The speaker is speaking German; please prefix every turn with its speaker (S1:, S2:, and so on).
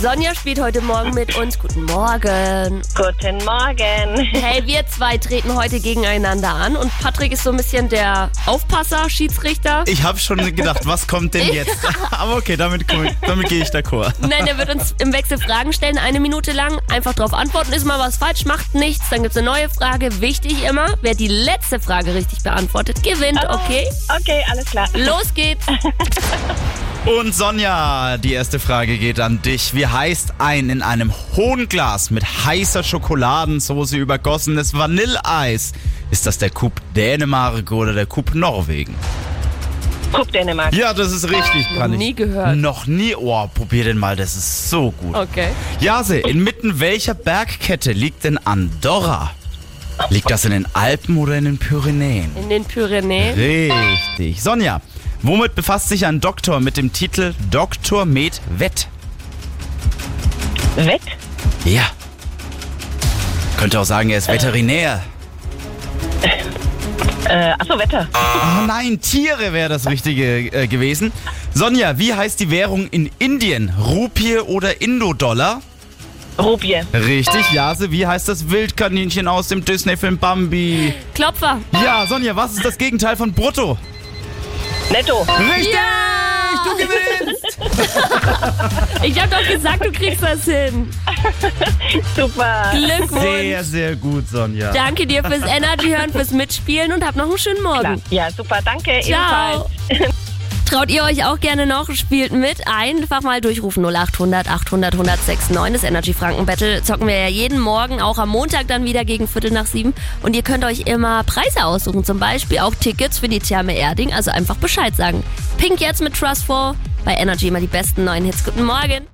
S1: Sonja spielt heute Morgen mit uns. Guten Morgen.
S2: Guten Morgen.
S1: Hey, wir zwei treten heute gegeneinander an und Patrick ist so ein bisschen der Aufpasser, Schiedsrichter.
S3: Ich habe schon gedacht, was kommt denn jetzt? Aber okay, damit, komm ich- damit gehe ich d'accord.
S1: Nein, der wird uns im Wechsel Fragen stellen, eine Minute lang. Einfach drauf antworten. Ist mal was falsch, macht nichts. Dann gibt's eine neue Frage. Wichtig immer, wer die letzte Frage richtig beantwortet, gewinnt, okay?
S2: Okay, alles klar.
S1: Los geht's.
S3: Und Sonja, die erste Frage geht an dich. Wie heißt ein in einem hohen Glas mit heißer Schokoladensauce übergossenes Vanilleeis? Ist das der Coup Dänemark oder der Coup Norwegen?
S2: Guck Dänemark.
S3: Ja, das ist richtig, kann ich.
S1: nie gehört.
S3: Noch nie. Oh, probier den mal, das ist so gut.
S1: Okay.
S3: Jase, inmitten welcher Bergkette liegt denn Andorra? Liegt das in den Alpen oder in den Pyrenäen?
S1: In den Pyrenäen.
S3: Richtig. Sonja, womit befasst sich ein Doktor mit dem Titel Doktor Med Wett?
S2: Wett?
S3: Ja. Könnte auch sagen, er ist Veterinär.
S2: Äh, achso, Wetter.
S3: Oh nein, Tiere wäre das Richtige äh, gewesen. Sonja, wie heißt die Währung in Indien? Rupie oder Indodollar?
S2: Rubie.
S3: Richtig, Jase, wie heißt das Wildkaninchen aus dem Disney-Film Bambi?
S1: Klopfer.
S3: Ja, Sonja, was ist das Gegenteil von Brutto?
S2: Netto.
S3: Richtig,
S1: Ja!
S3: du gewinnst!
S1: Ich hab doch gesagt, du kriegst das hin.
S2: Super.
S1: Glückwunsch.
S3: Sehr, sehr gut, Sonja.
S1: Danke dir fürs Energy hören, fürs Mitspielen und hab noch einen schönen Morgen.
S2: Klar. Ja, super. Danke. Ebenfalls.
S1: Ciao. Traut ihr euch auch gerne noch? Spielt mit. Einfach mal durchrufen 0800 800 1069. Das Energy Franken Battle zocken wir ja jeden Morgen, auch am Montag dann wieder gegen Viertel nach sieben. Und ihr könnt euch immer Preise aussuchen, zum Beispiel auch Tickets für die Therme Erding. Also einfach Bescheid sagen. Pink jetzt mit Trustful. Bei Energy immer die besten neuen Hits. Guten Morgen.